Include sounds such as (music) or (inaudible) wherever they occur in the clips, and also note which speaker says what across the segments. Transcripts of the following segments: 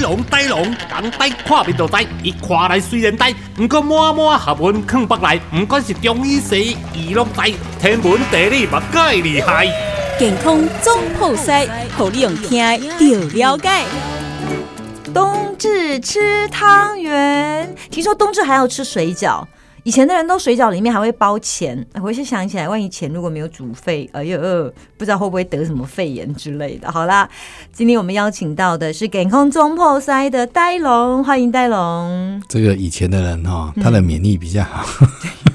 Speaker 1: 龙呆龙，讲呆看面就呆，伊看来虽然呆，毋过满满学问藏北内，毋管是中医西医，伊拢知，天文地理嘛介厉害。
Speaker 2: 健康总铺塞，互你用听的就了解。
Speaker 3: 冬至吃汤圆，听说冬至还要吃水饺。以前的人都水饺里面还会包钱，我现在想起来，万一钱如果没有煮沸，哎呦，不知道会不会得什么肺炎之类的。好啦，今天我们邀请到的是健康中破塞的呆龙，欢迎呆龙。
Speaker 4: 这个以前的人哈、
Speaker 3: 嗯
Speaker 4: 他的免疫比较好，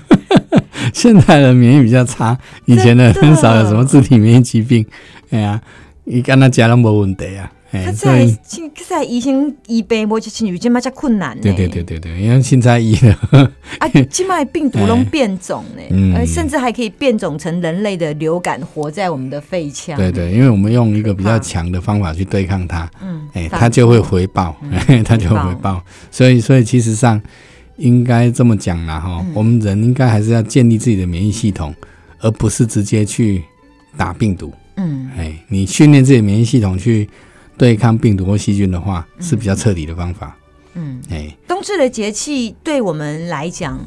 Speaker 4: (laughs) 现代人免疫比较差，以前的
Speaker 3: 真的
Speaker 4: 很少有什么自体免疫疾病，哎呀，你跟他家人没问题啊，
Speaker 3: 他
Speaker 4: 哎，所
Speaker 3: 在
Speaker 4: 以
Speaker 3: 现在医生医病，我就亲今麦才困难呢。
Speaker 4: 对对对对对，因为现在医的
Speaker 3: 啊，今麦病毒拢变种呢，
Speaker 4: 哎嗯
Speaker 3: 而甚至还可以变种成人类的流感，活在我们的肺腔。
Speaker 4: 对对，因为我们用一个比
Speaker 3: 可
Speaker 4: 较
Speaker 3: 怕
Speaker 4: 强的方法去对抗它，
Speaker 3: 嗯，
Speaker 4: 哎，
Speaker 3: 反
Speaker 4: 它就会回报， (laughs) 哎，它就会回
Speaker 3: 回
Speaker 4: 报。所以，所以其实上应该这么讲啦哈，
Speaker 3: 嗯
Speaker 4: 我们人应该还是要建立自己的免疫系统，而不是直接去打病毒。
Speaker 3: 嗯，
Speaker 4: 哎，你训练自己的免疫系统去对抗病毒或细菌的话，是比较彻底的方法。
Speaker 3: 嗯，
Speaker 4: 哎，
Speaker 3: 冬至的节气对我们来讲，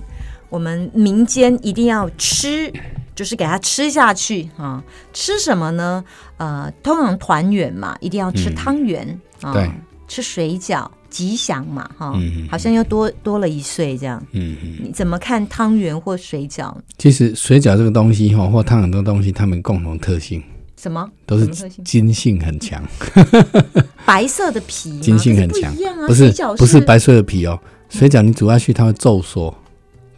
Speaker 3: 我们民间一定要吃，就是给它吃下去啊。吃什么呢？呃，通常团圆嘛，一定要吃
Speaker 4: 嗯
Speaker 3: 汤圆、啊，
Speaker 4: 对，
Speaker 3: 吃水饺，吉祥嘛，哈、
Speaker 4: 嗯嗯嗯
Speaker 3: 好像又多多了一岁这样。
Speaker 4: 嗯嗯，
Speaker 3: 你怎么看汤圆或水饺？
Speaker 4: 其实水饺这个东西哈，或烫很多东西，它们共同特性
Speaker 3: 什么
Speaker 4: 都是
Speaker 3: 什么特性
Speaker 4: 筋性很强，
Speaker 3: 白色的皮吗？
Speaker 4: 筋性很
Speaker 3: 可是嗯
Speaker 4: 强
Speaker 3: 不一样啊，，
Speaker 4: 不
Speaker 3: 水
Speaker 4: 是
Speaker 3: 饺
Speaker 4: 不是白碎的皮哦，水饺你煮下去它会皱缩，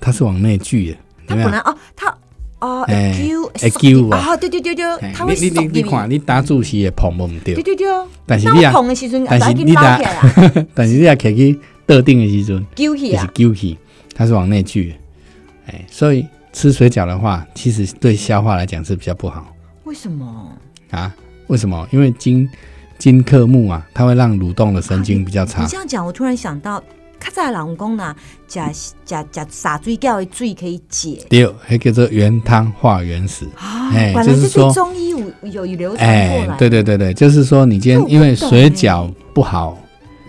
Speaker 4: 它是往内聚的，
Speaker 3: 它
Speaker 4: 有没
Speaker 3: 本来
Speaker 4: 有？
Speaker 3: 哦，它哦，
Speaker 4: 哎
Speaker 3: 会揪
Speaker 4: 会揪啊
Speaker 3: 啊，对对对对，
Speaker 4: 哎
Speaker 3: 它会
Speaker 4: 你你
Speaker 3: 缩
Speaker 4: 你你
Speaker 3: 进去
Speaker 4: 看，你打主席也碰不
Speaker 3: 对
Speaker 4: 掉，
Speaker 3: 对对哦。
Speaker 4: 但是
Speaker 3: 那
Speaker 4: 你
Speaker 3: 我
Speaker 4: 啊，
Speaker 3: 捧的时阵，
Speaker 4: 但是
Speaker 3: 赶紧
Speaker 4: 你
Speaker 3: 包
Speaker 4: 打
Speaker 3: 起来
Speaker 4: (laughs)
Speaker 3: 啊，
Speaker 4: 但是你啊，摕去桌顶的时阵，
Speaker 3: 揪起
Speaker 4: 也是
Speaker 3: 啊，
Speaker 4: 丢弃，它是往内聚的。哎，所以吃水饺的话，其实对消化来讲是比较不好
Speaker 3: 为什么？
Speaker 4: 啊。为什么？因为金金克木啊，它会让蠕动的神经比较差
Speaker 3: 啊你。这样讲，我突然想到，较早老公呐，假假假洒水饺的水可以解
Speaker 4: 第二，还叫做原汤化原食。
Speaker 3: 啊，
Speaker 4: 哎
Speaker 3: 本来
Speaker 4: 就是
Speaker 3: 这对
Speaker 4: 说
Speaker 3: 中医有有流传过
Speaker 4: 哎
Speaker 3: 来，，
Speaker 4: 对对对对，就是说你今
Speaker 3: 这我
Speaker 4: 天
Speaker 3: 不
Speaker 4: 因为
Speaker 3: 懂
Speaker 4: 水
Speaker 3: 哎
Speaker 4: 饺不好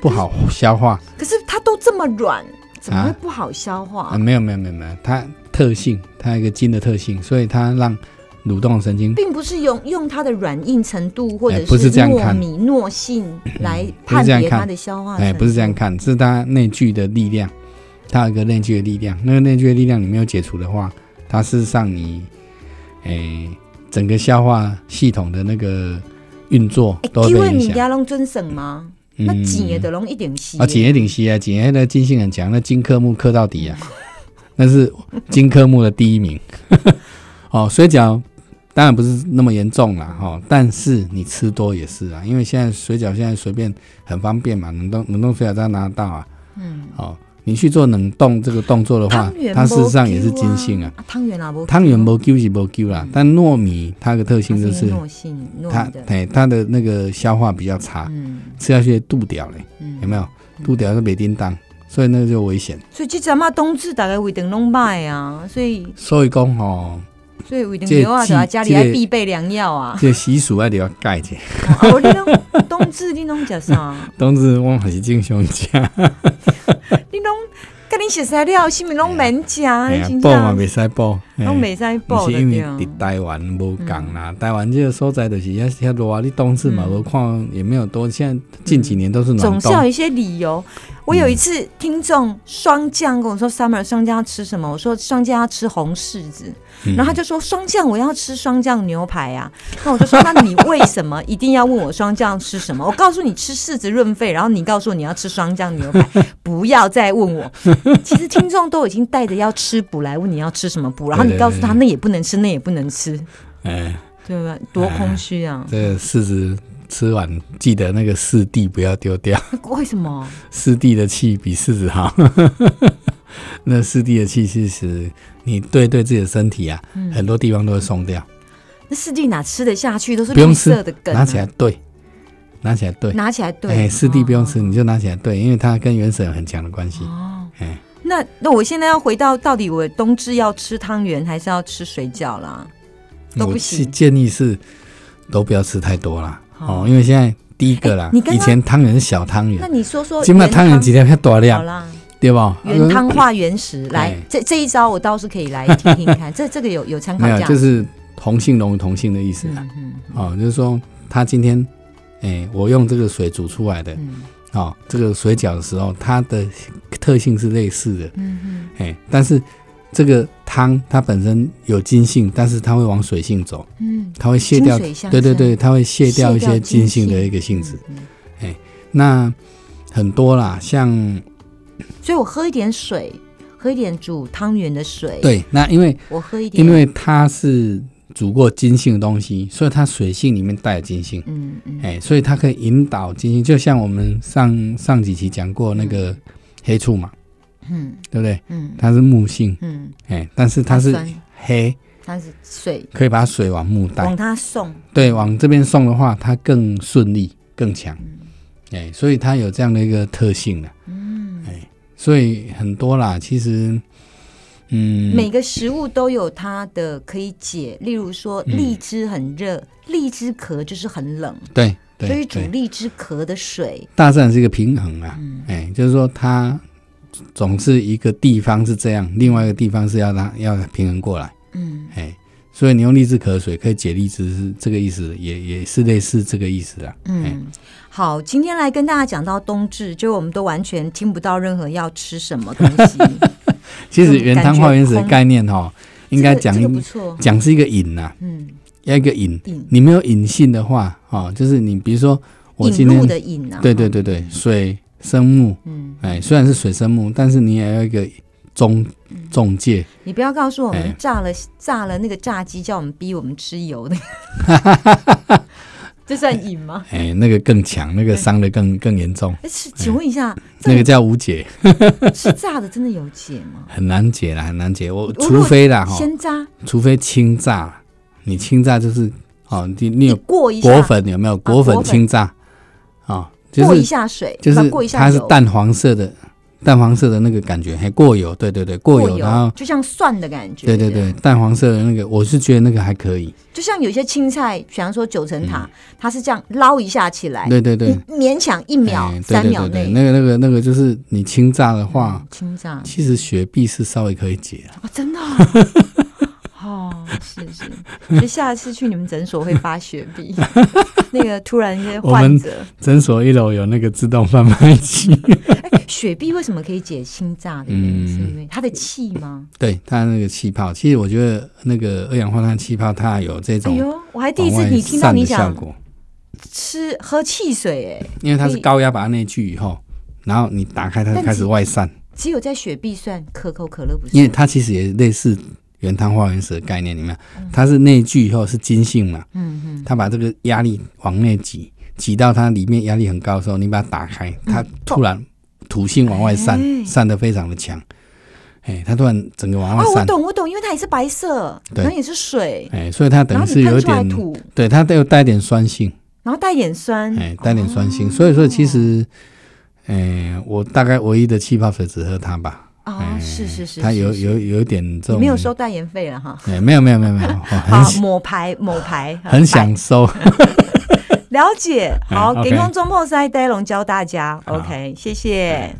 Speaker 4: 不好消化
Speaker 3: 可是它都这么软，怎么
Speaker 4: 啊
Speaker 3: 会不好消
Speaker 4: 啊，
Speaker 3: 化？
Speaker 4: 没有没有没有没有，它特性它有一个金的特性，所以它让蠕动神经
Speaker 3: 并不是用用它的软硬程度或者
Speaker 4: 哎不是这样
Speaker 3: 糯
Speaker 4: 看
Speaker 3: 米糯性来
Speaker 4: 不
Speaker 3: 判
Speaker 4: 是这样
Speaker 3: 别
Speaker 4: 看
Speaker 3: 它的消化。
Speaker 4: 哎，不是这样，看，是它内聚的力量，它有一个内聚的力量。那个内聚的力量你没有解除的话，它事实上你，哎，整个消化系统的那个运作
Speaker 3: 哎
Speaker 4: 都，会
Speaker 3: 因
Speaker 4: 被
Speaker 3: 为你
Speaker 4: 影响。
Speaker 3: 家拢遵守吗？
Speaker 4: 嗯
Speaker 3: 那解的拢一点稀
Speaker 4: 啊，紧一顶息啊，紧那个筋性很强，那金科目克到底啊， (laughs) 那是金科目的第一名。 (laughs) 哦，水饺当然不是那么严重啦，哈、哦，但是你吃多也是啊，因为现在水饺现在随便很方便嘛，冷冻冷冻水饺都拿得到啊。嗯，哦，你去做冷冻这个动作的话
Speaker 3: 汤，圆
Speaker 4: 它事实上
Speaker 3: 没
Speaker 4: 也是筋
Speaker 3: 救
Speaker 4: 性啊。，
Speaker 3: 汤圆啊，没
Speaker 4: 汤圆
Speaker 3: 救
Speaker 4: 不揪是不揪啦，但糯米它的特性就
Speaker 3: 它是
Speaker 4: 是
Speaker 3: 因为糯性糯
Speaker 4: 它
Speaker 3: 米的，
Speaker 4: 哎它的那个消化比较差，
Speaker 3: 嗯
Speaker 4: 吃下去肚屌嘞。有
Speaker 3: 嗯，
Speaker 4: 没有？肚屌是没叮当，所以那个就危险。
Speaker 3: 所以这阵嘛冬至大概胃肠拢歹啊，所以
Speaker 4: 所以讲吼，
Speaker 3: 所以胃肠
Speaker 4: 这
Speaker 3: 药啊，就要
Speaker 4: 季
Speaker 3: 家里
Speaker 4: 这
Speaker 3: 要
Speaker 4: 个。
Speaker 3: 必备良药啊 (laughs)
Speaker 4: 这习俗要要改者。
Speaker 3: 啊，我你拢冬至你拢食
Speaker 4: (laughs)
Speaker 3: 啥？
Speaker 4: 当时我还是正常吃，啊
Speaker 3: 你拢跟你熟悉了，是毋是拢免食？
Speaker 4: 哎
Speaker 3: 你啊
Speaker 4: 呀
Speaker 3: 真
Speaker 4: 补嘛
Speaker 3: 正
Speaker 4: 袂使补，哎
Speaker 3: 拢袂使补
Speaker 4: 不是
Speaker 3: 的
Speaker 4: 因为
Speaker 3: 对啊。
Speaker 4: 伫台湾无共啦，台湾这个所在就是遐遐热，啊你冬至嘛
Speaker 3: 嗯
Speaker 4: 无看也没有多，现在近几年都是暖
Speaker 3: 总是要有
Speaker 4: 冬，
Speaker 3: 一些理由。我有一次听众霜降跟我说，Summer 霜降要吃什么？我说霜降要吃红柿子，
Speaker 4: 嗯
Speaker 3: 然后他就说霜降我要吃霜降牛排啊。那我就说，那你为什
Speaker 4: (laughs)
Speaker 3: 么一定要问我霜降吃什么？我告诉你吃柿子润肺，然后你告诉我你要吃霜降牛排， (laughs) 不要再问我。其实听众都已经带着要吃补来问你要吃什么补，然后你
Speaker 4: 对对
Speaker 3: 告诉他
Speaker 4: 对
Speaker 3: 那也不能吃，那也不能吃，
Speaker 4: 哎，
Speaker 3: 对吧？多空虚啊！
Speaker 4: 这个柿子吃完记得那个柿蒂不要丢掉，
Speaker 3: 为什么？
Speaker 4: 师弟的气比柿子好。 (laughs) 那师弟的气，其实你对对自己的身体啊，
Speaker 3: 嗯
Speaker 4: 很多地方都会松掉，
Speaker 3: 那四弟哪吃得下去？都是
Speaker 4: 不用
Speaker 3: 绿
Speaker 4: 吃
Speaker 3: 色的梗、啊，
Speaker 4: 拿起来对，拿起来对，
Speaker 3: 拿起来对，
Speaker 4: 哎，师弟不用吃，
Speaker 3: 哦。
Speaker 4: 你就拿起来对，因为它跟元神有很强的关系。
Speaker 3: 哦，
Speaker 4: 哎，
Speaker 3: 那那我现在要回到到底我冬至要吃汤圆还是要吃水饺啦？都不
Speaker 4: 我
Speaker 3: 行
Speaker 4: 是建议是都不要吃太多啦，哦
Speaker 3: 哦，
Speaker 4: 因为现在第一个啦
Speaker 3: 哎你，刚
Speaker 4: 以
Speaker 3: 刚
Speaker 4: 前汤圆是小汤
Speaker 3: 那
Speaker 4: 圆，
Speaker 3: 你说说，
Speaker 4: 今麦汤圆几天太大
Speaker 3: 好
Speaker 4: 量，
Speaker 3: 啦，
Speaker 4: 对吧？
Speaker 3: 原汤化原食，来
Speaker 4: 哎
Speaker 3: 这这一招我倒是可以来听听看，这这个有有参考
Speaker 4: 没有，
Speaker 3: 价值，
Speaker 4: 就是同性融同性的意思啦。
Speaker 3: 嗯嗯
Speaker 4: 哦，就是说他今天，哎、我用这个水煮出来的，
Speaker 3: 嗯
Speaker 4: 哦，这个水饺的时候，它的特性是类似的，
Speaker 3: 嗯嗯，
Speaker 4: 哎、但是这个汤它本身有筋性，但是它会往水性走，
Speaker 3: 嗯，
Speaker 4: 它会卸掉
Speaker 3: 金水，相
Speaker 4: 对对
Speaker 3: 生
Speaker 4: 对，它会卸掉
Speaker 3: 卸
Speaker 4: 一些
Speaker 3: 掉
Speaker 4: 筋
Speaker 3: 筋
Speaker 4: 性
Speaker 3: 性
Speaker 4: 的一个性质。哎
Speaker 3: 嗯
Speaker 4: 那很多啦，像
Speaker 3: 所以我喝一点水，喝一点煮汤圆的水，，
Speaker 4: 对，那因为
Speaker 3: 我喝一点，
Speaker 4: 因为它是煮过筋性的东西，所以它水性里面带有筋性。
Speaker 3: 嗯嗯
Speaker 4: 哎，所以它可以引导金星，就像我们上上几期讲过那个黑醋嘛，
Speaker 3: 嗯
Speaker 4: 对不对？
Speaker 3: 嗯
Speaker 4: 它是木性，
Speaker 3: 嗯，
Speaker 4: 哎，但是它是
Speaker 3: 酸
Speaker 4: 黑，
Speaker 3: 它是水
Speaker 4: 可以把水往木带
Speaker 3: 往，它送，
Speaker 4: 对，往这边送的话，它更顺利、更强，
Speaker 3: 嗯
Speaker 4: 哎，所以它有这样的一个特性的，
Speaker 3: 嗯
Speaker 4: 哎，所以很多啦，其实，嗯，
Speaker 3: 每个食物都有它的可以解，例如说
Speaker 4: 嗯
Speaker 3: 荔枝很热，荔枝壳就是很冷，
Speaker 4: 对
Speaker 3: 所以
Speaker 4: 对
Speaker 3: 煮
Speaker 4: 对，
Speaker 3: 荔枝壳的水，
Speaker 4: 大自然是一个平衡啊，
Speaker 3: 嗯
Speaker 4: 哎，就是说它总是一个地方是这样，另外一个地方是要它要平衡过来。
Speaker 3: 嗯
Speaker 4: 哎，所以你用荔枝壳水可以解荔枝是这个意思，也也是类似这个意思啊。哎
Speaker 3: 嗯。好，今天来跟大家讲到冬至，就我们都完全听不到任何要吃什么东西。
Speaker 4: 其实原汤化原食的
Speaker 3: 感觉空
Speaker 4: 概念哈、哦， (laughs) 应该讲、
Speaker 3: 这个这个不错，
Speaker 4: 讲是一个引呐、啊，
Speaker 3: 嗯，
Speaker 4: 要一个引。
Speaker 3: 引
Speaker 4: 你没有引性的话，哦，就是你比如说我
Speaker 3: 引
Speaker 4: 今
Speaker 3: 入
Speaker 4: 天
Speaker 3: 的引啊，
Speaker 4: 对对对对，水生木，
Speaker 3: 嗯，
Speaker 4: 哎，虽然是水生木，但是你也要一个中
Speaker 3: 嗯
Speaker 4: 中介，
Speaker 3: 你不要告诉我
Speaker 4: 哎
Speaker 3: 们炸了、炸了那个炸鸡，叫我们逼我们吃油的，
Speaker 4: (laughs)
Speaker 3: 这算瘾吗？
Speaker 4: 哎，那个更强，那个伤的更更严重，
Speaker 3: 哎，是，请问一下，这
Speaker 4: 那个叫无解，
Speaker 3: 吃炸的真的有解
Speaker 4: (laughs)
Speaker 3: 吗？
Speaker 4: 很难解啦，很难解。我
Speaker 3: 如果
Speaker 4: 除非啦哈，
Speaker 3: 先炸
Speaker 4: 除非清炸，你清炸就是哦，你你
Speaker 3: 你
Speaker 4: 有
Speaker 3: 过一下，
Speaker 4: 果粉有没有？果粉
Speaker 3: 果粉
Speaker 4: 清炸啊、哦，就
Speaker 3: 过一
Speaker 4: 是
Speaker 3: 下水，
Speaker 4: 就
Speaker 3: 不
Speaker 4: 是
Speaker 3: 过一下
Speaker 4: 它是
Speaker 3: 油，
Speaker 4: 淡黄色的，淡黄色的那个感觉，还过油，对对对，过油，然后
Speaker 3: 就像蒜的感觉，
Speaker 4: 对对对，，淡黄色的那个，我是觉得那个还可以，
Speaker 3: 就像有些青菜，比方说九层塔，它是这样捞一下起来，
Speaker 4: 嗯对对对，
Speaker 3: 嗯勉强一秒
Speaker 4: 哎、对
Speaker 3: 三
Speaker 4: 对
Speaker 3: 秒
Speaker 4: 对对，
Speaker 3: 内
Speaker 4: 那个那个那个就是你清炸的话
Speaker 3: 嗯，清炸，
Speaker 4: (laughs) 其实雪碧是稍微可以解啊，
Speaker 3: 哦，真的哦、 (laughs) 哦，是是，所以下次去你们诊所会发雪
Speaker 4: (laughs)
Speaker 3: 碧，那个突然一些
Speaker 4: 我
Speaker 3: 患
Speaker 4: 们
Speaker 3: 者，
Speaker 4: 诊所一楼有那个自动贩卖机，
Speaker 3: 雪碧为什么可以解心炸的原因？是因
Speaker 4: 嗯
Speaker 3: 为它的气吗？
Speaker 4: (laughs) 对它那个气泡，其实我觉得那个二氧化碳气泡它有这
Speaker 3: 哎
Speaker 4: 种。
Speaker 3: 呦，我还第一次
Speaker 4: 往外
Speaker 3: 你听到你
Speaker 4: 散的效
Speaker 3: 讲
Speaker 4: 果，
Speaker 3: 吃喝汽水，哎，
Speaker 4: 因为它是
Speaker 3: 所以
Speaker 4: 高压把它内聚以后，然后你打开它就
Speaker 3: 但
Speaker 4: 开始
Speaker 3: 其
Speaker 4: 外散，
Speaker 3: 只有在雪碧算，可口可乐不
Speaker 4: 因为
Speaker 3: 是。
Speaker 4: 它其实也类似原汤化原食的概念里面，它是内聚以后是筋性嘛，
Speaker 3: 嗯嗯，
Speaker 4: 它把这个压力往内挤，挤到它里面压力很高的时候，你把它打开，它突然土性往外散，
Speaker 3: 嗯哎
Speaker 4: 散得非常的强，哎，它突然整个往外
Speaker 3: 哦，我
Speaker 4: 散，
Speaker 3: 懂我懂，因为它也是白色，
Speaker 4: 对
Speaker 3: 然后也是水，
Speaker 4: 哎，所以它等
Speaker 3: 然
Speaker 4: 于
Speaker 3: 后
Speaker 4: 是
Speaker 3: 你
Speaker 4: 有
Speaker 3: 喷
Speaker 4: 一
Speaker 3: 出来
Speaker 4: 点，
Speaker 3: 吐，
Speaker 4: 对，它都有带点酸性。
Speaker 3: 然后带点酸，
Speaker 4: 哎，带点酸
Speaker 3: 哦
Speaker 4: 性，所以说其实，哎，我大概唯一的气泡水只喝它吧，
Speaker 3: 啊，是是是，
Speaker 4: 它
Speaker 3: 是
Speaker 4: 哎有
Speaker 3: 是
Speaker 4: 有有一点这
Speaker 3: 你
Speaker 4: 种，
Speaker 3: 没有收代言费了哈。
Speaker 4: 哎，没有没有没有
Speaker 3: (laughs)
Speaker 4: 没有，我很
Speaker 3: 啊，
Speaker 4: 想
Speaker 3: 某牌某牌，
Speaker 4: 很想收，
Speaker 3: 了解。好，
Speaker 4: 嗯，OK
Speaker 3: 给空中破塞呆龙教大家
Speaker 4: 好哎
Speaker 3: ，OK，谢谢。